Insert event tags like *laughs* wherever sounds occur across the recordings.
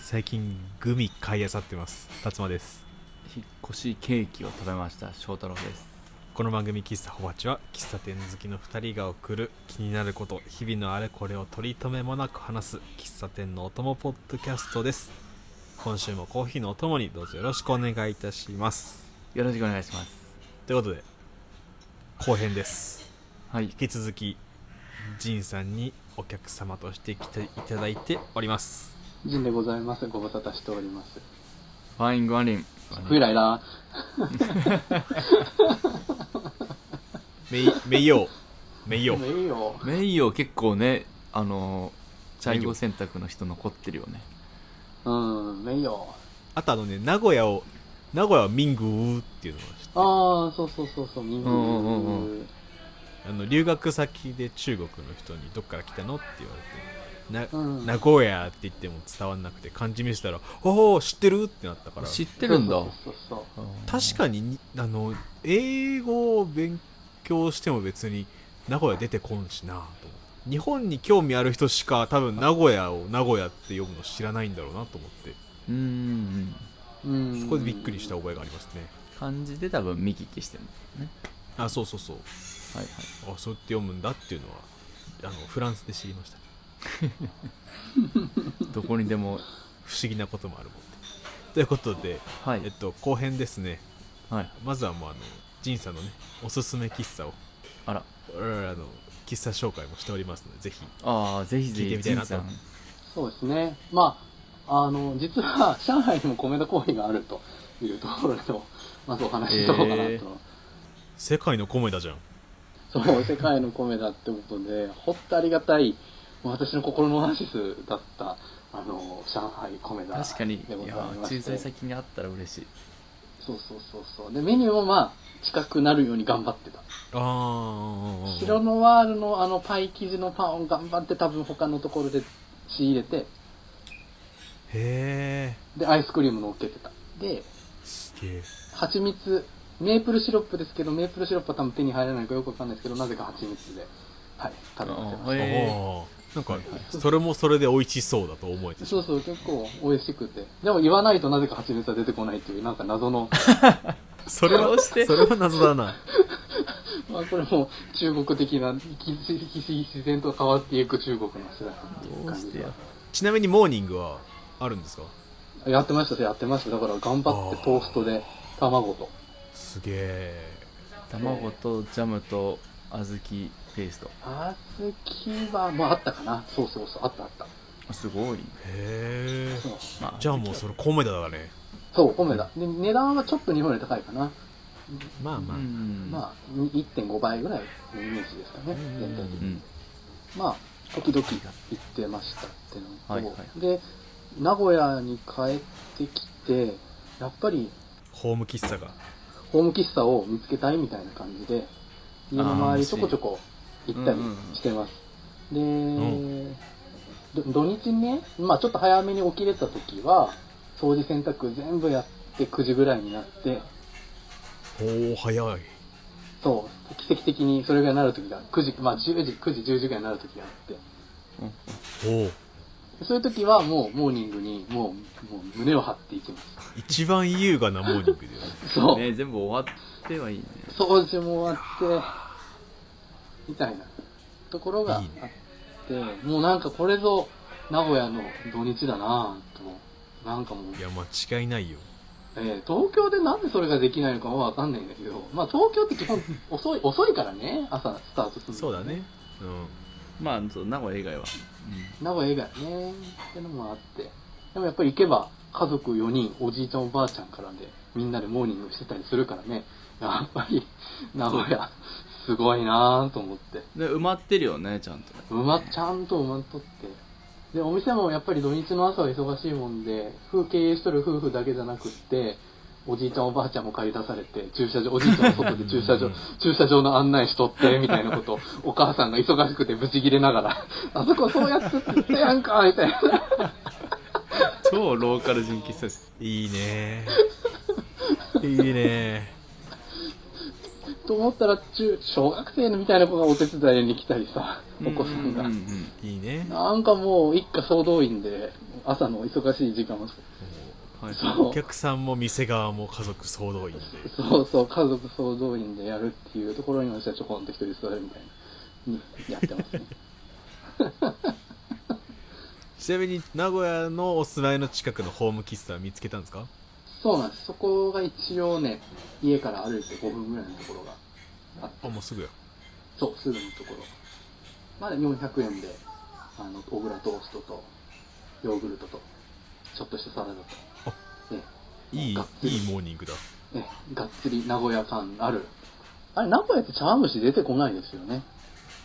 最近グミ買い漁ってます辰馬です引っ越しケーキを食べました翔太郎ですこの番組喫茶ホバチは喫茶店好きの2人が送る気になること日々のあれこれを取り留めもなく話す喫茶店のお供ポッドキャストです今週もコーヒーのお供にどうぞよろしくお願いいたしますよろしくお願いしますということで後編ですはい引き続きジンさんにお客様として来ていただいておりますジンでございます。ご無沙汰しております。ファイングアリンフライラめいめいようめいよー。ういいよ。メイヨ結構ねあのーチャイゴ選択の人残ってるよねうん、メイヨあとあのね、名古屋を、名古屋はミングーっていうのを知ってるあああ、そうそうそうそう、ミングルうんうんうんの、留学先で中国の人にどっから来たのって言われて、な、うん名古屋って言っても伝わんなくて、漢字見せたら、おお、知ってるってなったから、知ってるんだそうそうそう確かにに、あの、英語を勉強しても別に名古屋出てこんしなと思って日本に興味ある人しか多分名古屋を名古屋って呼ぶの知らないんだろうなと思って、うーんそう。うん。そこでびっくりした覚えがありますね。漢字で多分見聞きしてるんだよねあ、そうそうそう。はいはいあそうやって読むんだっていうのはあのフランスで知りました *laughs* どこにでも不思議なこともあるもんでということで、はいえっと、後編ですねはいまずはもうあのジンさんのねおすすめ喫茶をあら我々あの喫茶紹介もしておりますのでぜひああぜひぜ聞いてひみたいなとジンさんそうですね。まあ、あの、実は、 *laughs* 上海にも米田コーヒーがあるというところでも、まずお話ししとこうかなと。えー世界の米だじゃんそう、世界の米だってことで、ほっとありがたい、もう私の心のオアシスだった、あの、上海米田確かにいでございやましてー駐在先にあったら嬉しいそうそうそうそう。で、メニューもまあ、近くなるように頑張ってた。ああ白ノワールのあのパイ生地のパンを頑張って多分他のところで仕入れて、へえで、アイスクリーム乗っけてた。で、すげえ蜂蜜、メープルシロップですけど、メープルシロップは多分手に入らないかよくわかんないですけど、なぜか蜂蜜で、はい、食べまあしへた。えああなんかはいはいそれもそれで美味しそうだと思えてしそまううそう、結構美味しくて。でも言わないとなぜか蜂蜜は出てこないという、なんか謎の、 *laughs* それはどうしてそれは謎だなまあこれも中国的な、きき自然と変わっていく中国の世代っていうどう感しじてでや。ちなみにモーニングはあるんですかやってました、やってました。だから頑張ってトーストで、卵と。すげえ卵とジャムと小豆ペーストあずきは、まああったかな。そうそうそう、あったあった。あすごへい、えそう、まあ、じゃあもうそれ米田だねそう米だ。で、値段はちょっと日本より高いかな。まあうまあ、んまあ、1.5倍ぐらいのイメージですかうね、ん全体的うに。んまあ、時々行ってましたっていうのと、はいはいで、名古屋に帰ってきて、やっぱりホーム喫茶がホーム喫茶を見つけたいみたいな感じで、家の周りちょこちょこ行ったりしてます。で、ど土日にね、まあちょっと早めに起きれた時は、掃除洗濯全部やって9時ぐらいになって、おお早いそう、奇跡的にそれぐらいになる時が、9時、まあ10時、9時、10時ぐらいになる時があって、うんおおそういう時はもうモーニングにもう、もう胸を張っていきます。一番優雅なモーニングだよねそう、ね、全部終わってはいいね掃除も終わって、みたいなところがあっいいて、もうなんかこれぞ名古屋の土日だなぁと、なんかもう、いや間違いないよえー東京でなんでそれができないのかはわかんないんだけど、まあ東京って *laughs* 基本遅い、遅いからね、朝スタートするのそうだねうんまあそう名古屋以外は、名古屋以外ね、ってのもあって、でもやっぱり行けば家族4人、おじいちゃんおばあちゃんからで、みんなでモーニングしてたりするからね、やっぱり名古屋、すごいなぁと思って。うん、で埋まってるよねちゃんと埋まちゃんと埋まっとってでお店もやっぱり土日の朝は忙しいもんで夫経営しとる夫婦だけじゃなくっておじいちゃんおばあちゃんも借り出されて駐車場おじいちゃんは外で駐車場駐車場の案内しとってみたいなこと *laughs* をお母さんが忙しくてブチギレながら *laughs* あそこそうやってってやんかみたいな *laughs* 超ローカル人気スタジ *laughs* いいねいいねと思ったら中小学生みたいな子がお手伝いに来たりさお子さんが、ううんいいねもなんかもう一家総動員で朝の忙しい時間をうんはいうんそお客さんも店側も家族総動員でそうそう家族総動員でやるっていうところに私はちょこんと一人座るみたいなにやってますねちなみに名古屋のお住まいの近くのホーム喫茶は見つけたんですかそうなんですそこが一応ね家から歩いて5分ぐらいのところがあってあもうすぐよそうすぐのところまだ400円であの小倉トーストとヨーグルトとちょっとしたサラダとねいいがっつりいいモーニングだね、がっつり名古屋感ある。あれ、名古屋って茶碗蒸し出てこないですよね。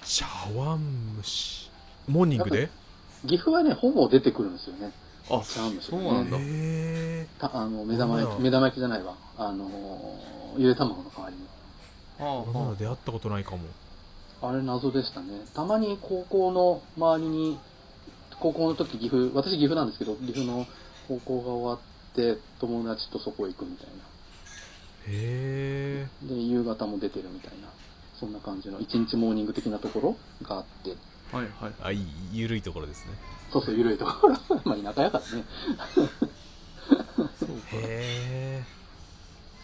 茶碗蒸しモーニングで岐阜はね、ほぼ出てくるんですよね。あ茶碗蒸しそうなんだ、へたあの、目玉焼そうき、だ目玉焼きじゃないわ。あのーゆで卵の代わりに。はあえまはだ出会ったことないかもあれ、謎でしたね。たまに高校の周りに、高校の時岐阜、私岐阜なんですけど、岐阜の高校が終わって、友達とそこへ行くみたいへえな。で、夕方も出てるみたいな。そんな感じの、一日モーニング的なところがあって、あはいはいあいいゆるいところですねそうそう、ゆるいところ。 *laughs* まあ、田舎やからね。そうかへえ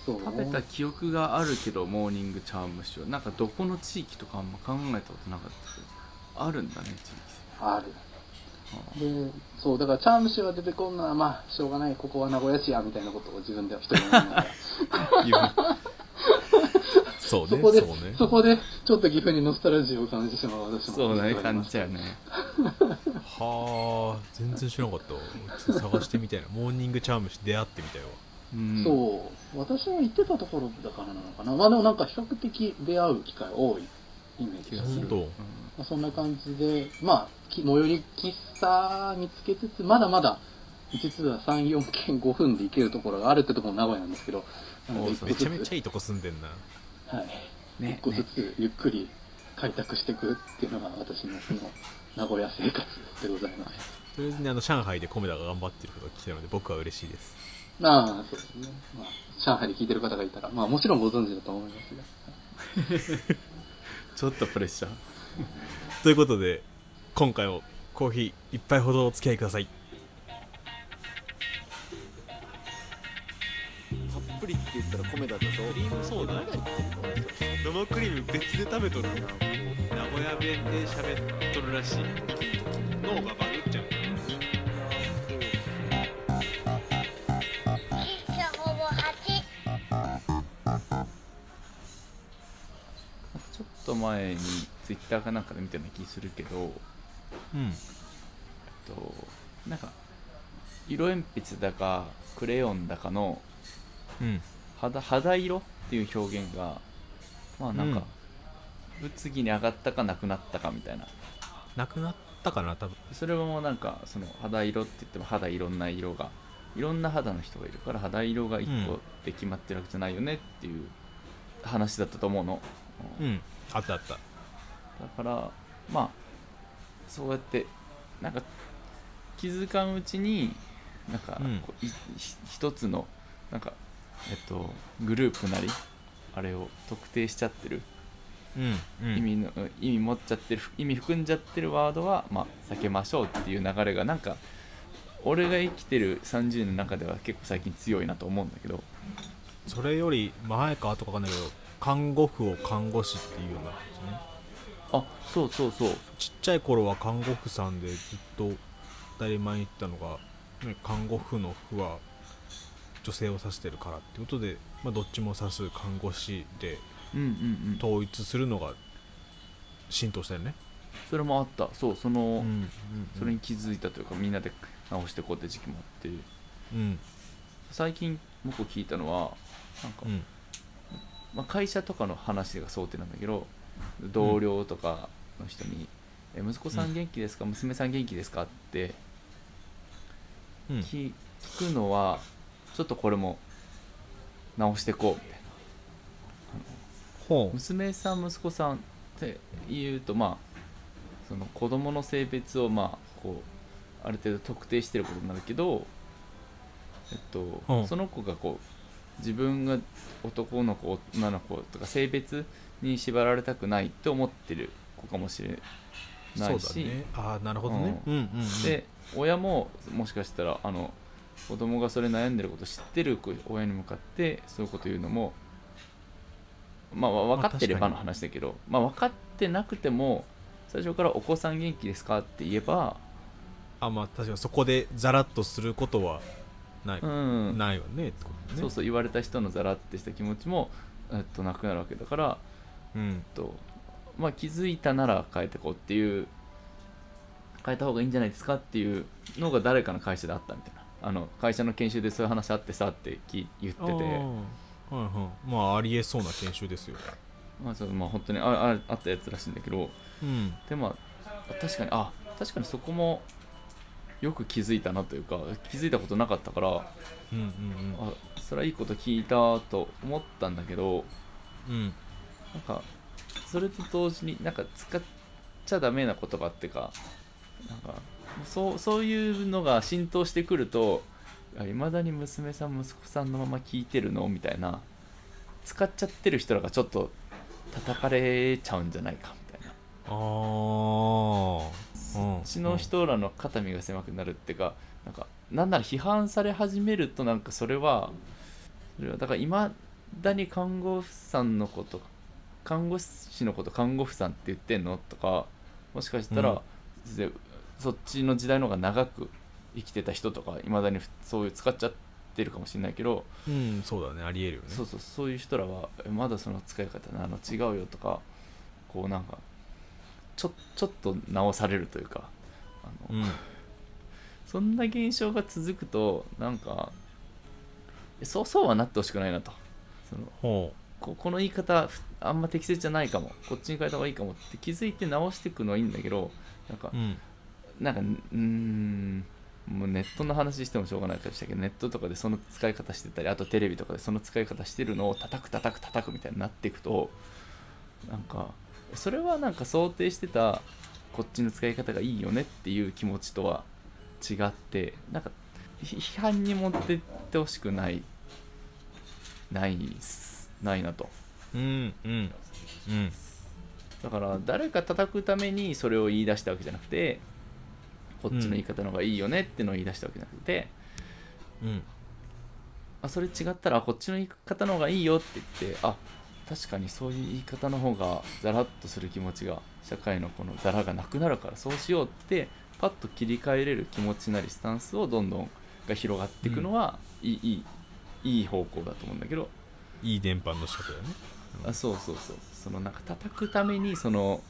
そうね食べた記憶があるけどモーニング茶碗蒸しはなんかどこの地域とかあんま考えたことなかったけどあるんだね地ある。域性で、そう、だから、チャーム氏は出てこんのは、まあ、しょうがない、ここは名古屋市や、みたいなことを自分では一人で思いな *laughs* がらそうそねこで、そうそねこで、ちょっと岐阜にノスタルジーを感じてしまう私も。そうだね感じゃちゃうねはあ全然知らなかった探してみたいなモーニングチャームし出会ってみたいわうんそう、私も行ってたところだからなのかな。まあ、でもなんか、比較的出会う機会多いイメー気ジでがすすねる本当うんまあ、そんな感じで、まあ、き最寄り喫茶見つけつつ、まだまだ、実は3、4軒5分で行けるところがあるってところも名古屋なんですけど、なのでお一個めずつちゃめちゃいいとこ住んでんなはい。一ね個ずねつゆっくり開拓していくっていうのが私のその名古屋生活でございます。とりあえずねあの上海でコメダが頑張ってることを聞いたので僕は嬉しいですまあそうですね。まあ上海で聞いてる方がいたら、まあもちろんご存知だと思いますが。ちょっとプレッシャーということで今回もコーヒー一杯ほどお付き合いくださいたっぷりって言ったら米だけどクリームソーダ生クリーム別で食べとる名古屋弁で喋っとるらしい脳がバグっちゃう喫茶ほぼ8。ちょっと前にツイッターかなんかで見たような気するけどうんえっとなんか色鉛筆だかクレヨンだかのうん肌肌色っていう表現がまあなんか、物議に上がったかなくなったかみたいななくなったかな多分それもなんかその肌色って言っても肌いろんな色がいろんな肌の人がいるから肌色が1う個んで決まってるわけじゃないよねっていう話だったと思うの、うだんあったあったからまあそうやってなんか気づかんうちになんかうんこういひ一つのなんかえっとグループなりあれを特定しちゃってるうんうん意味の意味持っちゃってる意味含んじゃってるワードは、まあ、避けましょうっていう流れがなんか俺が生きてる30年の中では結構最近強いなと思うんだけどそれより前か後かわかんないけど看護婦を看護師っていうようなですねあそうそうそうちっちゃい頃は看護婦さんでずっと当たり前に言ってたのが、ね、看護婦の「婦」は女性を指してるからってことで、まあ、どっちも指す看護師でうんうんうん統一するのが浸透したよね、それもあったそうその、うんそれに気づいたというかみんなで直してこうって時期もあってうん最近僕聞いたのはなんか、うんまあ、会社とかの話が想定なんだけど同僚とかの人に「え息子さん元気ですか、娘さん元気ですか?」ってうん聞聞くのはちょっとこれも直してこうみたいなほう娘さん息子さんって言うとまあその子供の性別をまあこうある程度特定してることになるけどえっと、うんその子がこう自分が男の子女の子とか性別に縛られたくないって思ってる子かもしれないし、そうだねああなるほどね、うん、うんうんで親ももしかしたらあの子供がそれ悩んでること知ってる親に向かってそういうこと言うのもまあわ分かってればの話だけど、まあ、分かってなくても最初から「お子さん元気ですか?」って言えばあまあ確かにそこでザラッとすることはない、うんないわねってことねそうそう言われた人のザラってした気持ちも、えっと、なくなるわけだから、うんえっとまあ、気づいたなら変えてこうっていう変えた方がいいんじゃないですかっていうのが誰かの会社であったみたいなあの会社の研修でそういう話あってさってき言ってあーてはいはいまあありえそうな研修ですよまあ、ちょっとまあ本当にあああったやつらしいんだけどうんでまあ確かにあ確かにそこもよく気づいたなというか気づいたことなかったからうんうんあそれはいいこと聞いたと思ったんだけどうんうんなんかそれと同時になんか使っちゃダメな言葉っていうかなんかそうそういうのが浸透してくるといまだに娘さん息子さんのまま聞いてるのみたいな使っちゃってる人らがちょっと叩かれちゃうんじゃないかみたいなああうちの人らの肩身が狭くなるっていうかなんかなんなら批判され始めるとなんかそれはそれはだからいまだに看護婦さんのこと看護師のこと看護婦さんって言ってんのとかもしかしたら、うんでそっちの時代の方が長く生きてた人とかいまだにそういう使っちゃってるかもしれないけど、うんそうだねありえるよねそうそうそういう人らはえまだその使い方なの違うよとかこうなんかちょちょっと直されるというかあの、うんそんな現象が続くとなんかえそうそうはなってほしくないなとそのほここの言い方ふあんま適切じゃないかもこっちに変えた方がいいかもって気づいて直していくのはいいんだけどなんかううんなんかうーんもうネットの話してもしょうがないかもしれないけどネットとかでその使い方してたりあとテレビとかでその使い方してるのを叩く叩く叩くみたいになっていくとなんかそれはなんか想定してたこっちの使い方がいいよねっていう気持ちとは違ってなんかひ批判に持ってってほしくないないっすないなとうんうんうんだから誰か叩くためにそれを言い出したわけじゃなくてこっちの言い方の方がいいよねってのを言い出したわけじゃなくて、うんあそれ違ったらあこっちの言い方の方がいいよって言ってあ確かにそういう言い方の方がザラッとする気持ちが社会のこのザラがなくなるからそうしようってパッと切り替えれる気持ちなりスタンスをどんどんが広がっていくのは、いいいいいい方向だと思うんだけどいい伝播の仕方だよねあそうそうそうそのなんか叩くためにその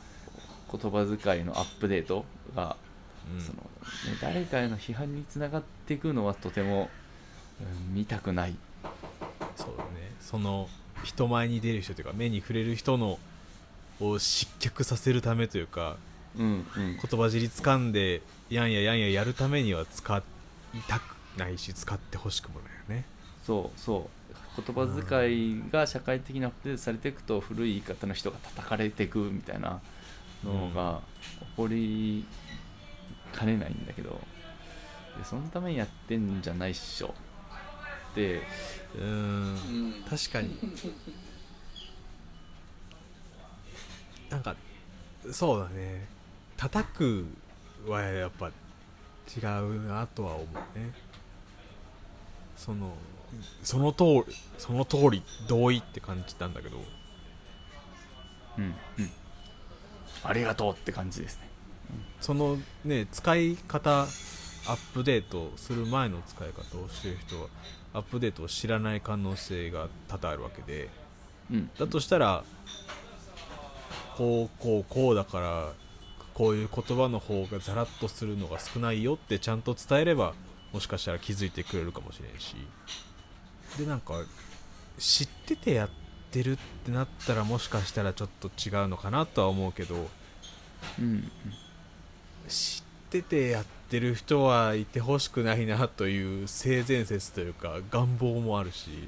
言葉遣いのアップデートが、うんそのね、誰かへの批判につながっていくのはとても、うん見たくないそうだねその人前に出る人というか目に触れる人のを失脚させるためというかうんうん言葉尻掴んでやんややんややるためには使いたくないし使ってほしくもないよねそうそう言葉遣いが社会的にアップデートされていくと古い言い方の人が叩かれていくみたいなのが起こりかねないんだけどいやそのためにやってんじゃないっしょってうーんうん確かになんかそうだね叩くはやっぱ違うなとは思うねそのその通りその通り同意って感じたんだけどうんうんありがとうって感じですねそのね使い方アップデートする前の使い方をしてる人はアップデートを知らない可能性が多々あるわけでうんだとしたらこうこうこうだからこういう言葉の方がザラッとするのが少ないよってちゃんと伝えればもしかしたら気づいてくれるかもしれんしでなんか知っててやってるってなったらもしかしたらちょっと違うのかなとは思うけどうん知っててやってる人はいてほしくないなという性善説というか願望もあるし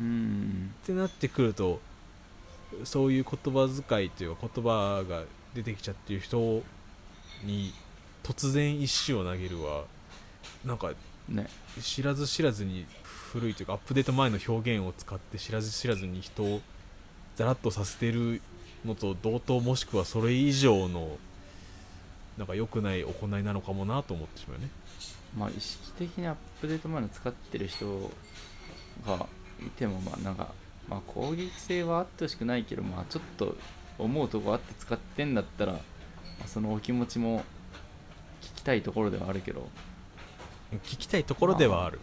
うんうんってなってくるとそういう言葉遣いというか言葉が出てきちゃってる人に突然石を投げるはなんかね知らず知らずに古いというかアップデート前の表現を使って知らず知らずに人をザラッとさせてるのと同等もしくはそれ以上のなんか良くない行いなのかもなと思ってしまうねまあ意識的にアップデート前の使ってる人がいてもまあなんか、まあ、攻撃性はあってほしくないけどまあちょっと思うとこあって使ってんだったら、まあそのお気持ちも聞きたいところではあるけど聞きたいところではある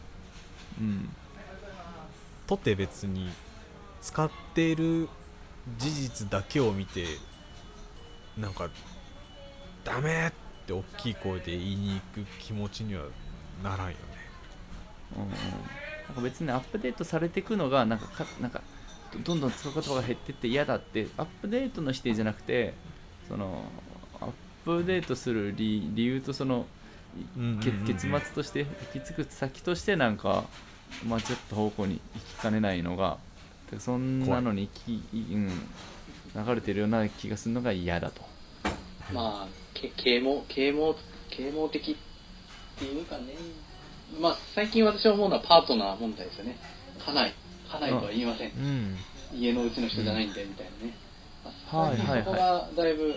うんとて別に使っている事実だけを見てなんか「ダメ!」って大きい声で言いに行く気持ちにはならんよねうんうん、なんか別にアップデートされていくのがなんかかなんかどどんどん使うことが減ってって嫌だってアップデートの否定じゃなくてそのアップデートする理理由とそのうんうんうんけ結末として行き着く先としてなんか、まあ、ちょっと方向に行きかねないのがてかそんなのに行き、いうん、流れてるような気がするのが嫌だと。まあ、け啓蒙、啓蒙、啓蒙的っていうかね、まあ、最近私は思うのはパートナー問題ですよね。家内、家内とは言いません。うん家のうちの人じゃないんで、みたいなね。まあはいはいはいそこがだいぶ、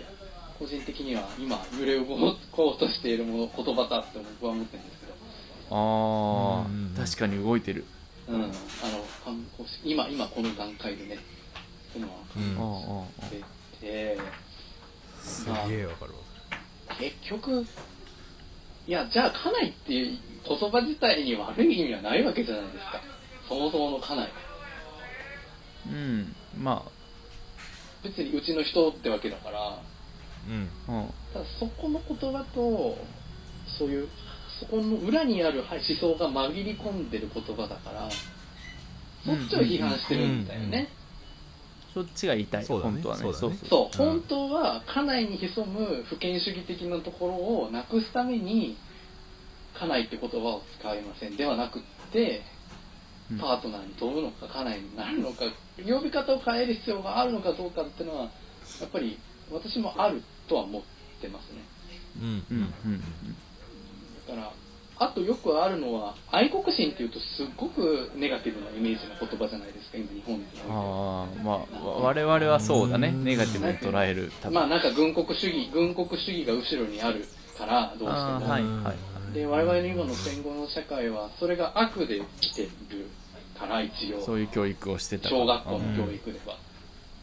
個人的には今、揺れ動こうとしているもの、言葉だって僕は思ってるんですけど。あうんうんー確かに動いてる。うん、あの、観光し今、今この段階でね、そういうのはうんあーあーあー出て、すげえわかるわ結局いやじゃあ家内っていう言葉自体に悪い意味はないわけじゃないですかそもそもの家内うんま別にうちの人ってわけだからうんあうんただそこの言葉とそういうそこの裏にある思想が紛り込んでる言葉だからそっちを批判してるんだよね、うんうんうんそっちが言いたい、そうだね本当はね。そうだねそうう、ん本当は家内に潜む不権主義的なところをなくすために、家内って言葉を使いませんではなくってうん、パートナーに飛ぶのか、家内になるのか、呼び方を変える必要があるのかどうかっていうのは、やっぱり私もあるとは思ってますね。うんうんうんうんだから、あとよくあるのは、愛国心っていうと、すっごくネガティブなイメージの言葉じゃないですか、今、日本においああまあわ我々はそうだねうんネガティブに捉える多て。分、まあ、なんか軍国主義、軍国主義が後ろにあるから、どうしても。あーはいはいで我々の今の戦後の社会はそれが悪で来てるから一応そういう教育をしてた小学校うんの教育では、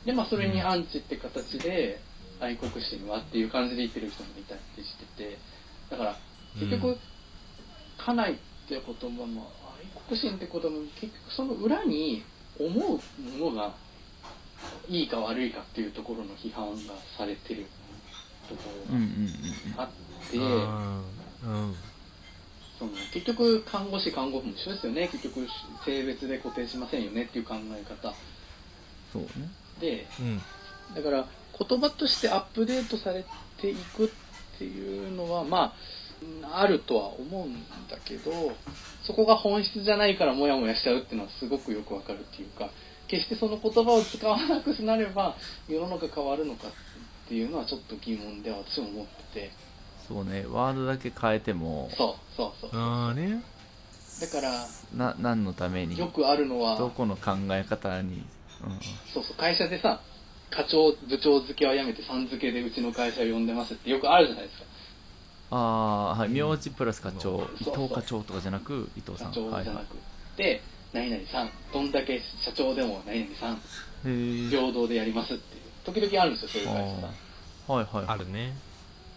でまあそれにアンチって形で愛国心はっていう感じで言ってる人もいたりしててだから結う局ん家内って言葉も愛国心って言葉も結局その裏に思うものがいいか悪いかっていうところの批判がされてるとこうんうんろうんうんがあって、うんうんその結局看護師看護婦も一緒ですよね結局性別で固定しませんよねっていう考え方そうねでうんだから言葉としてアップデートされていくっていうのはまああるとは思うんだけどそこが本質じゃないからモヤモヤしちゃうっていうのはすごくよくわかるっていうか決してその言葉を使わなくなれば世の中変わるのかっていうのはちょっと疑問で私も思っててそうねワードだけ変えてもそうそうそうああねだからな何のためによくあるのはどこの考え方に、そうそう、会社でさ、課長、部長付けはやめて、さん付けでうちの会社を呼んでますってよくあるじゃないですか。うん、ああーはい名字プラス課長、うん伊藤課長とかじゃなく伊藤さ課ん長はいじゃはないく。で、何々さん、どんだけ社長でも何々さん、へー平等でやりますっていう。時々あるんですよ、そういうあ会社さ。ーはいはいあるね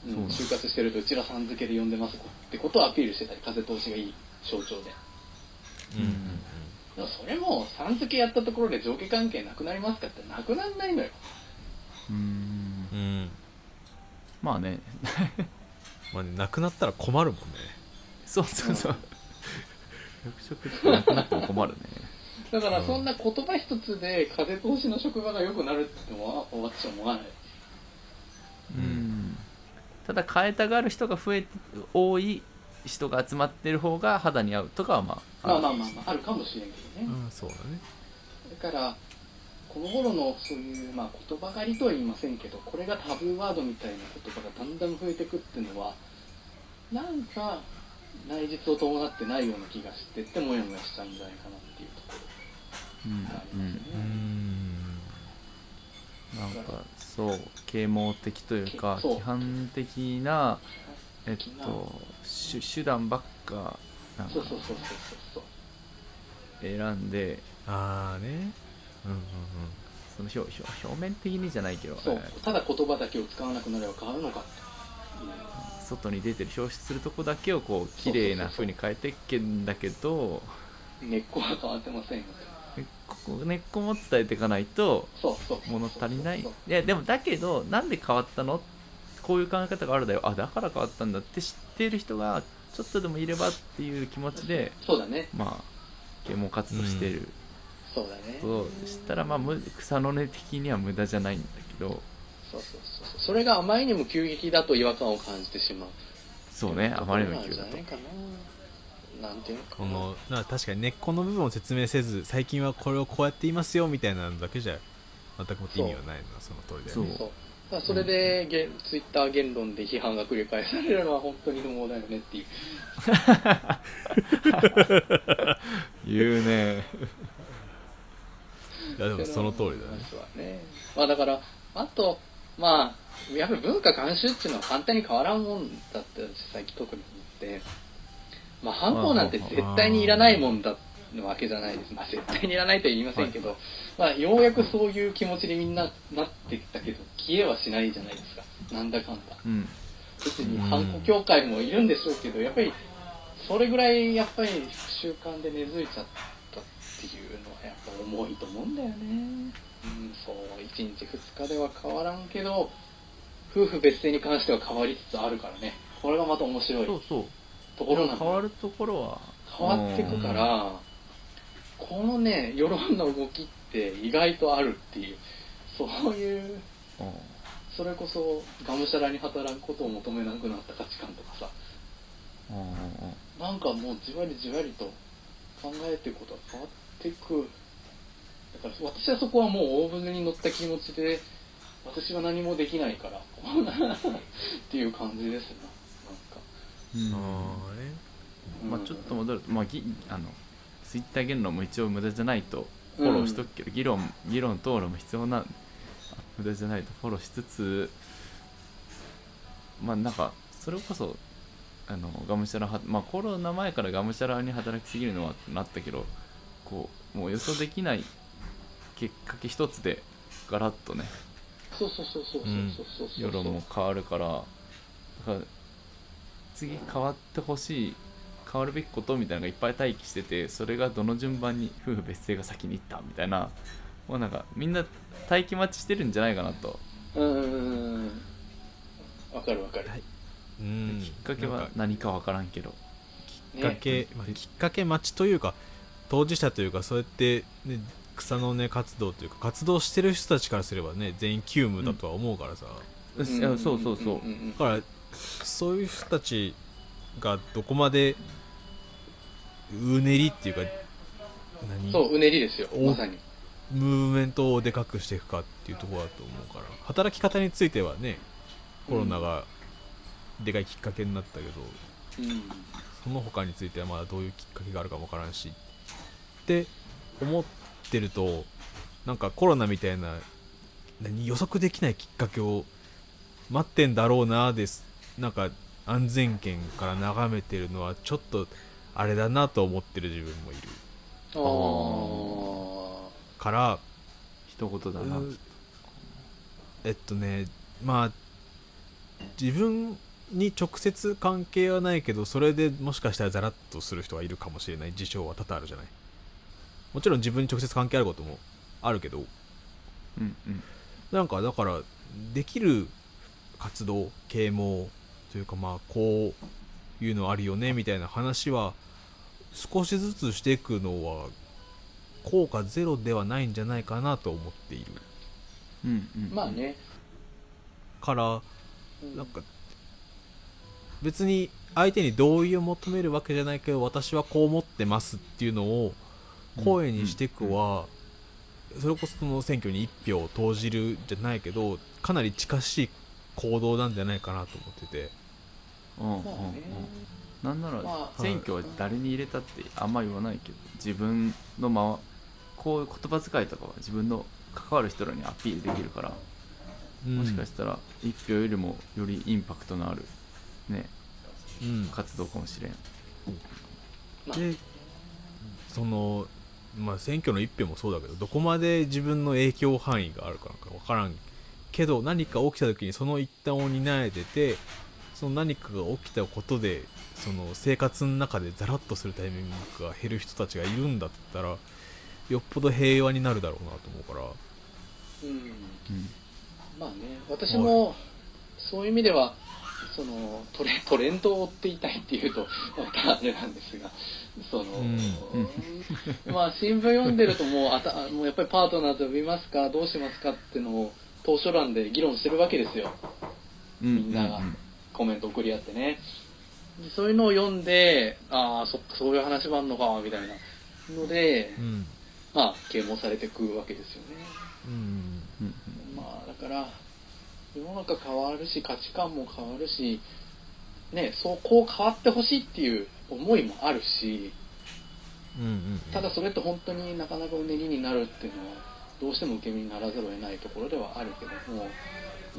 うんそうなんだ就活してると、うちらさん付けで呼んでますってことをアピールしてたり、風通しがいい象徴で。うんでもそれも、さん付けやったところで上下関係なくなりますかってなくならないのよ。うーんうんうんまあね *laughs* まあねなくなったら困るもんねそうそうそう役職ってなくなっても困るねだかうら、んそんな言葉一つで風通しの職場が良くなるってのは、私は思わない。うんただ変えたがる人が増えて多い人が集まってる方が肌に合うとかはまあまあまあまあまあ、あるかもしれんけどね。うんそうだねだからこの頃のそういう、まあ、言葉狩りとは言いませんけどこれがタブーワードみたいな言葉がだんだん増えてくっていうのはなんか内実を伴ってないような気がしてってもやもやしちゃうんじゃないかなっていうとこうんろがありうますんね、うーんなんかそう啓蒙的というかそう規範的なえっと手手段ばっかなんかそうそうそうそうそう選んでああねうんうんその表表表面的にじゃないけどそうえただ言葉だけを使わなくなれば変わるのかっていうー外に出てる表出するとこだけをこう綺麗な風に変えてっけんだけど根っこは変わってませんよえここ根っこも伝えていかないとそうそう物足りないいそうやでもだけどなんで変わったのこういう考え方があるだよあだから変わったんだって知ってる人がちょっとでもいればっていう気持ちでそうだねまあ啓蒙活動してるそうだねとしたら、まあむ草の根的には無駄じゃないんだけどそうそうそうそうそれがあまりにも急激だと違和感を感じてしまうそうねあまりの勢勢いいだだとところなんじゃないかななんていうのかこなのな確かに根っこの部分を説明せず最近はこれをこうやって言いますよみたいなのだけじゃ全くもって意味はないなその通りだよねそうそうだからそれで、げツイッター言論で批判が繰り返されるのは本当に不毛だよねっていう言うねいやでもその通りだね話はねまあだからあとまあやっぱり文化慣習っていうのは簡単に変わらんもんだって最近特に思ってまあ反抗なんて絶対にいらないもんだのわけじゃないですまあ絶対にいらないとは言いませんけど、まあようやくそういう気持ちにみんななってきたけど消えはしないじゃないですかなんだかんだうん別に反抗協会もいるんでしょうけどやっぱりそれぐらいやっぱり習慣で根付いちゃったっていうのはやっぱ重いと思うんだよねうんそう1日2日では変わらんけど夫婦別姓に関しては変わりつつあるからねこれがまた面白いそうそうところなんだ変わるところは変わっていくから、このね世論の動きって意外とあるっていうそういううんうんそれこそがむしゃらに働くことを求めなくなった価値観とかさうんうんなんかもうじわりじわりと考えていくことが変わっていく。だから私はそこはもう大船に乗った気持ちで、私は何もできないから、こんなっていう感じですね。うんああねなんまか。あ、ちょっと戻ると、まあ、ぎあのツイッター言論も一応無駄じゃないとフォローしとくけど、議論議論討論も必要なあ無駄じゃないとフォローしつつまあなんかそれこそあのがむしゃらは、まあ、コロナ前からがむしゃらに働きすぎるのはなったけどこうもう予想できないきっかけ一つでガラッとねそうそうそうそうそうそうそう。世論も変わるからだから次変わってほしい変わるべきことみたいなのがいっぱい待機しててそれがどの順番に夫婦別姓が先に行ったみたいなもうなんかみんな待機待ちしてるんじゃないかなと、うんうんうんうん。わかるわかる。うんきっかけなんはか何かわからんけどきっかけ、まあ、きっかけ待ちというか当事者というかそうやって、ね、草の根活動というか活動してる人たちからすればね全員急務だとは思うからさ、うっいやそうそうそううんんんんだからそういう人たちがどこまでうねりっていうかうん。何そう、うねりですよ。おまさに。ムーブメントをでかくしていくかっていうところだと思うから働き方についてはねコロナがでかいきっかけになったけど、うん。その他についてはまだどういうきっかけがあるかもわからんしって思ってるとなんかコロナみたいな何予測できないきっかけを待ってんだろうなですなんか安全圏から眺めてるのはちょっとあれだなと思ってる自分もいるああ。から一言だな、うんえっとねまあ自分に直接関係はないけどそれでもしかしたらザラッとする人がいるかもしれない事象は多々あるじゃないもちろん自分に直接関係あることもあるけどうんうんなんかだからできる活動啓蒙というかまあこういうのあるよねみたいな話は少しずつしていくのは効果ゼロではないんじゃないかなと思っているうんうんまあね。からうんなんか別に相手に同意を求めるわけじゃないけど私はこう思ってますっていうのを声にしていくはそれこそその選挙に1票を投じるじゃないけどかなり近しい行動なんじゃないかなと思っててうんうんうんまあね。なんならまあ選挙は誰に入れたってあんま言わないけど自分のまわこういう言葉遣いとかは自分の関わる人らにアピールできるからもしかしたら一票よりもよりインパクトのあるねて、うん、活動かもしれんでそのまあ選挙の一票もそうだけどどこまで自分の影響範囲があるかなんか分からんけど何か起きた時にその一端を担えててその何かが起きたことでその生活の中でザラッとするタイミングが減る人たちがいるんだったらよっぽど平和になるだろうなと思うからううん、んまあね私もそういう意味ではそのトレトレンドを追っていたいっていうとまたあれなんですがその、うんまあ新聞読んでるともうあたもうやっぱりパートナーと呼びますかどうしますかっていうのを当初欄で議論してるわけですようんみんながコメント送り合ってねでそういうのを読んでああそっかそういう話もあんのかみたいなので、うんまあ啓蒙されてくわけですよねうんうんうんまあだから世の中変わるし価値観も変わるしねそうこう変わってほしいっていう思いもあるしうんうんただそれって本当になかなかうねりになるっていうのはどうしても受け身にならざるを得ないところではあるけども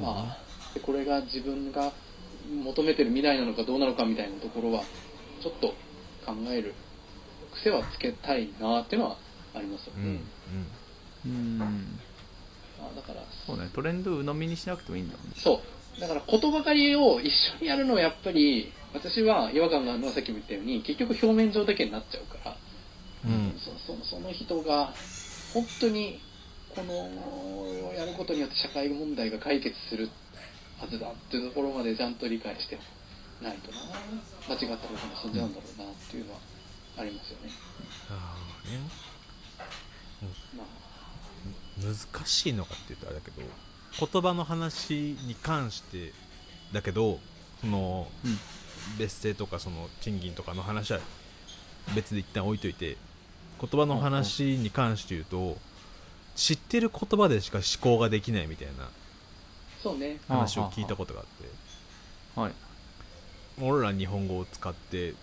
まあでこれが自分が求めてる未来なのかどうなのかみたいなところはちょっと考える癖はつけたいなっていうのはありますようね、んうんまあ、だからそうねトレンドを鵜呑みにしなくてもいいんだもんねそう。だから言葉狩りを一緒にやるのはやっぱり、私は違和感があるのはさっきも言ったように、結局表面上だけになっちゃうから、うんそそのその人が本当にこのやることによって社会問題が解決するはずだっていうところまでちゃんと理解してないとな、間違ったことも死んじゃうんだろうなっていうのはありますよね。ああねまあ難しいのかって言うとあれだけど言葉の話に関してだけどそのうん別姓とかその賃金とかの話は別で一旦置いといて言葉の話に関して言うと知ってる言葉でしか思考ができないみたいなそうね。話を聞いたことがあってはい俺ら日本語を使って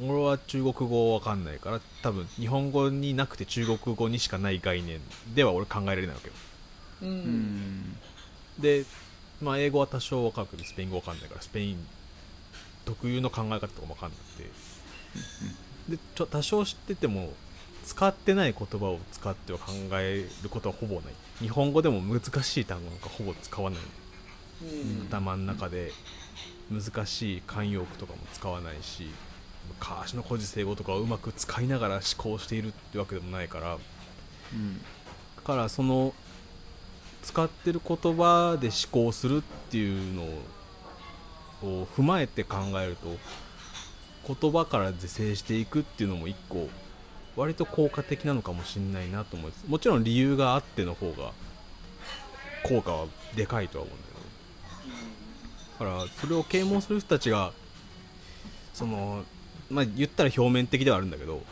俺は中国語わかんないから多分日本語になくて中国語にしかない概念では俺考えられないわけよう。うんんで、まあ、英語は多少わかるけどスペイン語わかんないからスペイン特有の考え方とかもわかんなくてでちょ多少知ってても使ってない言葉を使っては考えることはほぼない日本語でも難しい単語なんかほぼ使わないうん。頭の中で難しい慣用句とかも使わないし昔の古事成語とかをうまく使いながら思考しているってわけでもないからうんだからその使ってる言葉で思考するっていうのを踏まえて考えると言葉から是正していくっていうのも一個割と効果的なのかもしれないなと思いますもちろん理由があっての方が効果はでかいとは思うんだけどだからそれを啓蒙する人たちがそのまあ言ったら表面的ではあるんだけど、うん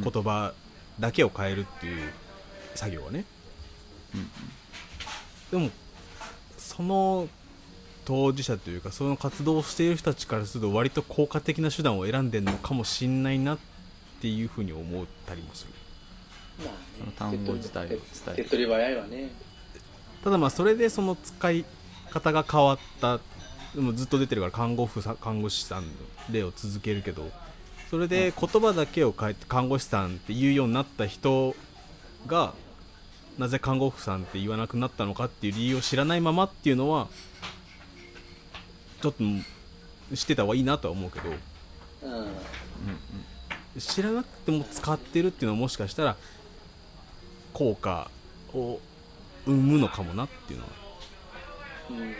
言葉だけを変えるっていう作業はねうんでもその当事者というかその活動をしている人たちからすると割と効果的な手段を選んでるのかもしんないなっていうふうに思ったりもするまそのあね単語自体を伝え手っる取り早いわね。ただまあそれでその使い方が変わったでもずっと出てるから看護婦さん看護師さんの例を続けるけどそれで言葉だけを変えて看護師さんって言うようになった人がなぜ看護婦さんって言わなくなったのかっていう理由を知らないままっていうのはちょっとしてた方がいいなとは思うけどうん。知らなくても使ってるっていうのはもしかしたら効果を生むのかもなっていうのはうんうんうん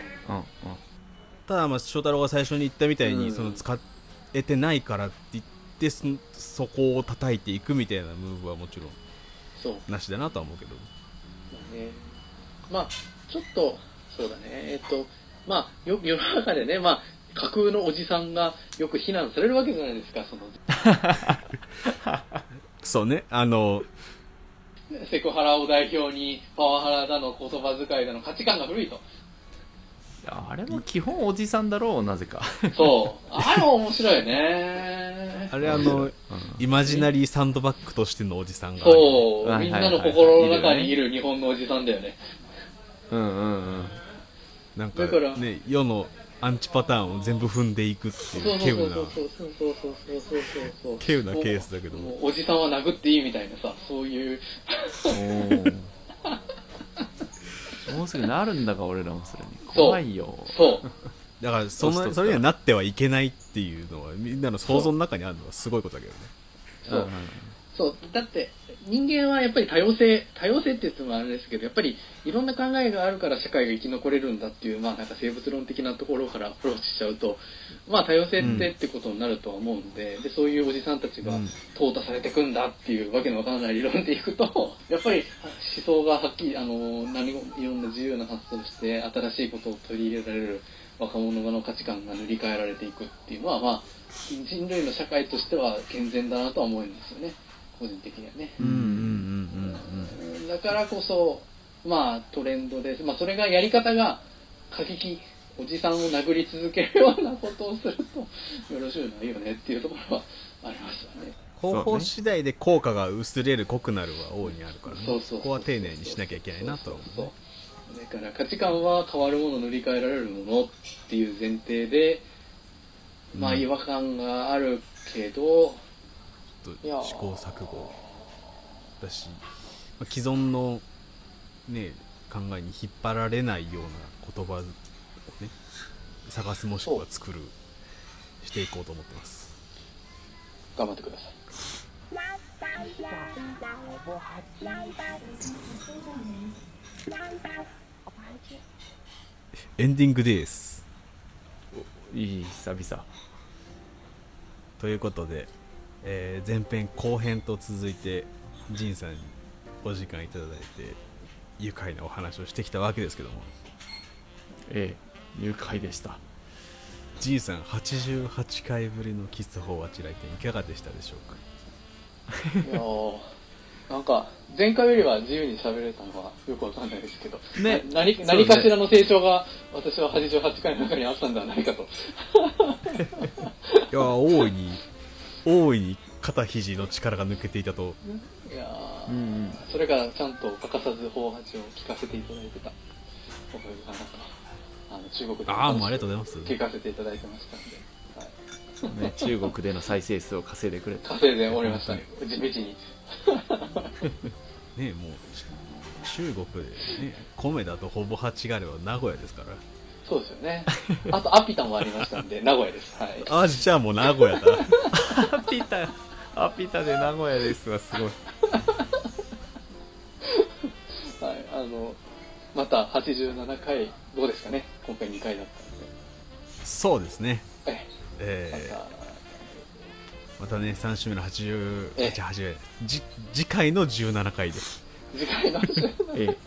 ただまあ翔太郎が最初に言ったみたいに、うんその使えてないからって言ってそそこを叩いていくみたいなムーブはもちろんそうなしだなとは思うけどまあね、まあちょっとそうだねえっとまあよ世の中でねまあ架空のおじさんがよく非難されるわけじゃないですかそのそうねあのセクハラを代表にパワハラだの言葉遣いだの価値観が古いとあれも基本おじさんだろうなぜ *laughs* か、そう。あれも面白いねあ。れあのうイマジナリーサンドバッグとしてのおじさんがそはう。いみんなの心の中にいる日本のおじさんだよね。ん、うんうんうんなんかだからね世のアンチパターンを全部踏んでいくってそういそううそ稀有うなそうそうそうそうそうそうそうそう。稀有なケースだけどももうおじさんは殴っていいみたいなさ、そういう。おーもうすぐなるんだが俺らもそれに怖いよそう。だからそそうそうのそれにはなってはいけないっていうのはみんなの想像の中にあるのはすごいことだけどねそうんう。うんそうだって人間はやっぱり多様性多様性って言ってもあれですけどやっぱりいろんな考えがあるから社会が生き残れるんだっていう、まあ、なんか生物論的なところからアプローチしちゃうと、まあ、多様性うんってってことになるとは思うんで,、でそういうおじさんたちがうん淘汰されてくんだっていうわけのわからない理論でいくと *laughs* やっぱり思想がはっきりあの何もいろんな自由な発想をして新しいことを取り入れられる若者の価値観が塗り替えられていくっていうのは、まあ、人類の社会としては健全だなとは思うんですよね個人的にはね。うんうんだからこそ、まあ、トレンドです、まあ、それがやり方が過激おじさんを殴り続けるようなことをするとよろしくないよねっていうところはありましたね方法次第で効果が薄れる濃くなるは大いにあるからねそうそうここは丁寧にしなきゃいけないなとは思うそうねそうそうだから価値観は変わるもの塗り替えられるものっていう前提でまあうん違和感があるけど、ちょっいやと試行錯誤だし、まあ既存の、ね、考えに引っ張られないような言葉をね探すもしくは作るしていこうと思ってます頑張ってくださいエンディングですいい久々ということで、えー前編後編と続いてジンさんにお時間いただいて愉快なお話をしてきたわけですけどもええ入会でしたジンさん88回ぶりのキス法はち来店いかがでしたでしょうかいやーなんか前回よりは自由に喋れたのはよくわかんないですけど、ねな何そうね何かしらの成長が私は88回の中にあったんでは *laughs* ないかと、いや大いに大いに肩肘の力が抜けていたといやうーんうんそれがちゃんと欠かさず方八を聞かせていただいてたおかげかなとあの中国でああもうありがとうございます聞かせていただいてましたんで、はい、ね、中国での再生数を稼いでくれた稼いでおりましたね地道にねもう中国でね米だとほぼ8があれば名古屋ですからそうですよ *laughs* ねあとアピタもありましたんで名古屋ですはいあじゃあもう名古屋だアピタアピタで名古屋ですわすごいはい、あの、また87回、どうですかね、今回2回だっ *laughs* たそうですねので、ええーまた、またね3週目の80ええじゃあ80じ次回の17回です次回の週の、ええ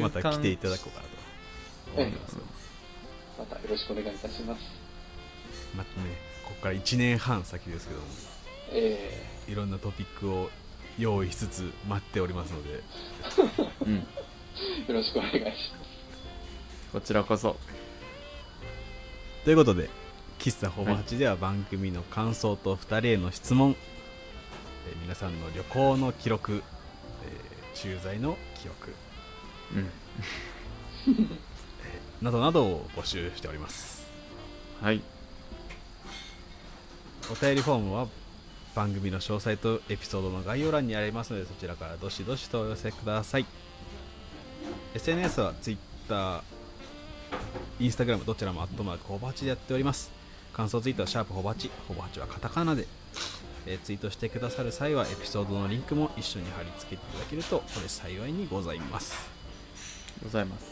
また来ていただこうかなとええまたよろしくお願いいたします。またねここから1年半先ですけどもえいろんなトピックを用意しつつ待っておりますのでうんーよろしくお願いしこちらこそということで喫茶ほぼ8では番組の感想と2人への質問、えー皆さんの旅行の記録、えー駐在の記録うんなどなどを募集しておりますはいお便りフォームは番組の詳細とエピソードの概要欄にありますのでそちらからどしどしとお寄せください SNS は Twitter、Instagram どちらもアットマークほぼ8でやっております感想ツイートはシャープほぼ8ほぼ8はカタカナで、えーツイートしてくださる際はエピソードのリンクも一緒に貼り付けていただけるとこれ幸いにございますございます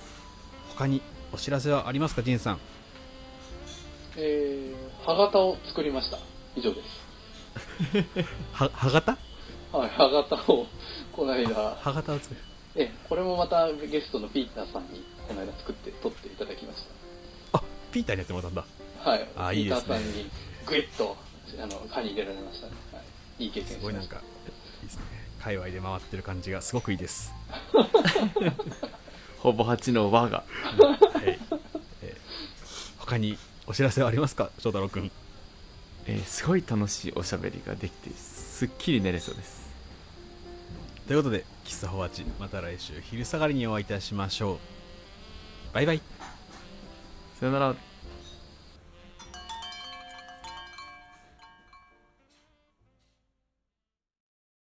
他にお知らせはありますかジンさんます。えー、歯型を作りました。以上です。は歯型はい、歯型を、この間、歯型を作るええこれもまたゲストのピーターさんに、この間作って、撮っていただきました。あピーターにやってもらったんだはい、あピいいーでタすーねさんに、ぐいっと、あの、歯に入れられましたね。はい、いい経験すしごいなまんしたか。いいですね界隈で回ってる感じがすごくいいですほぼ8の和がはいえー他にお知らせはありますか翔太郎くんえーすごい楽しいおしゃべりができてすっきり寝れそうですということで喫茶ホワチまた来週昼下がりにお会いいたしましょうバイバイさよなら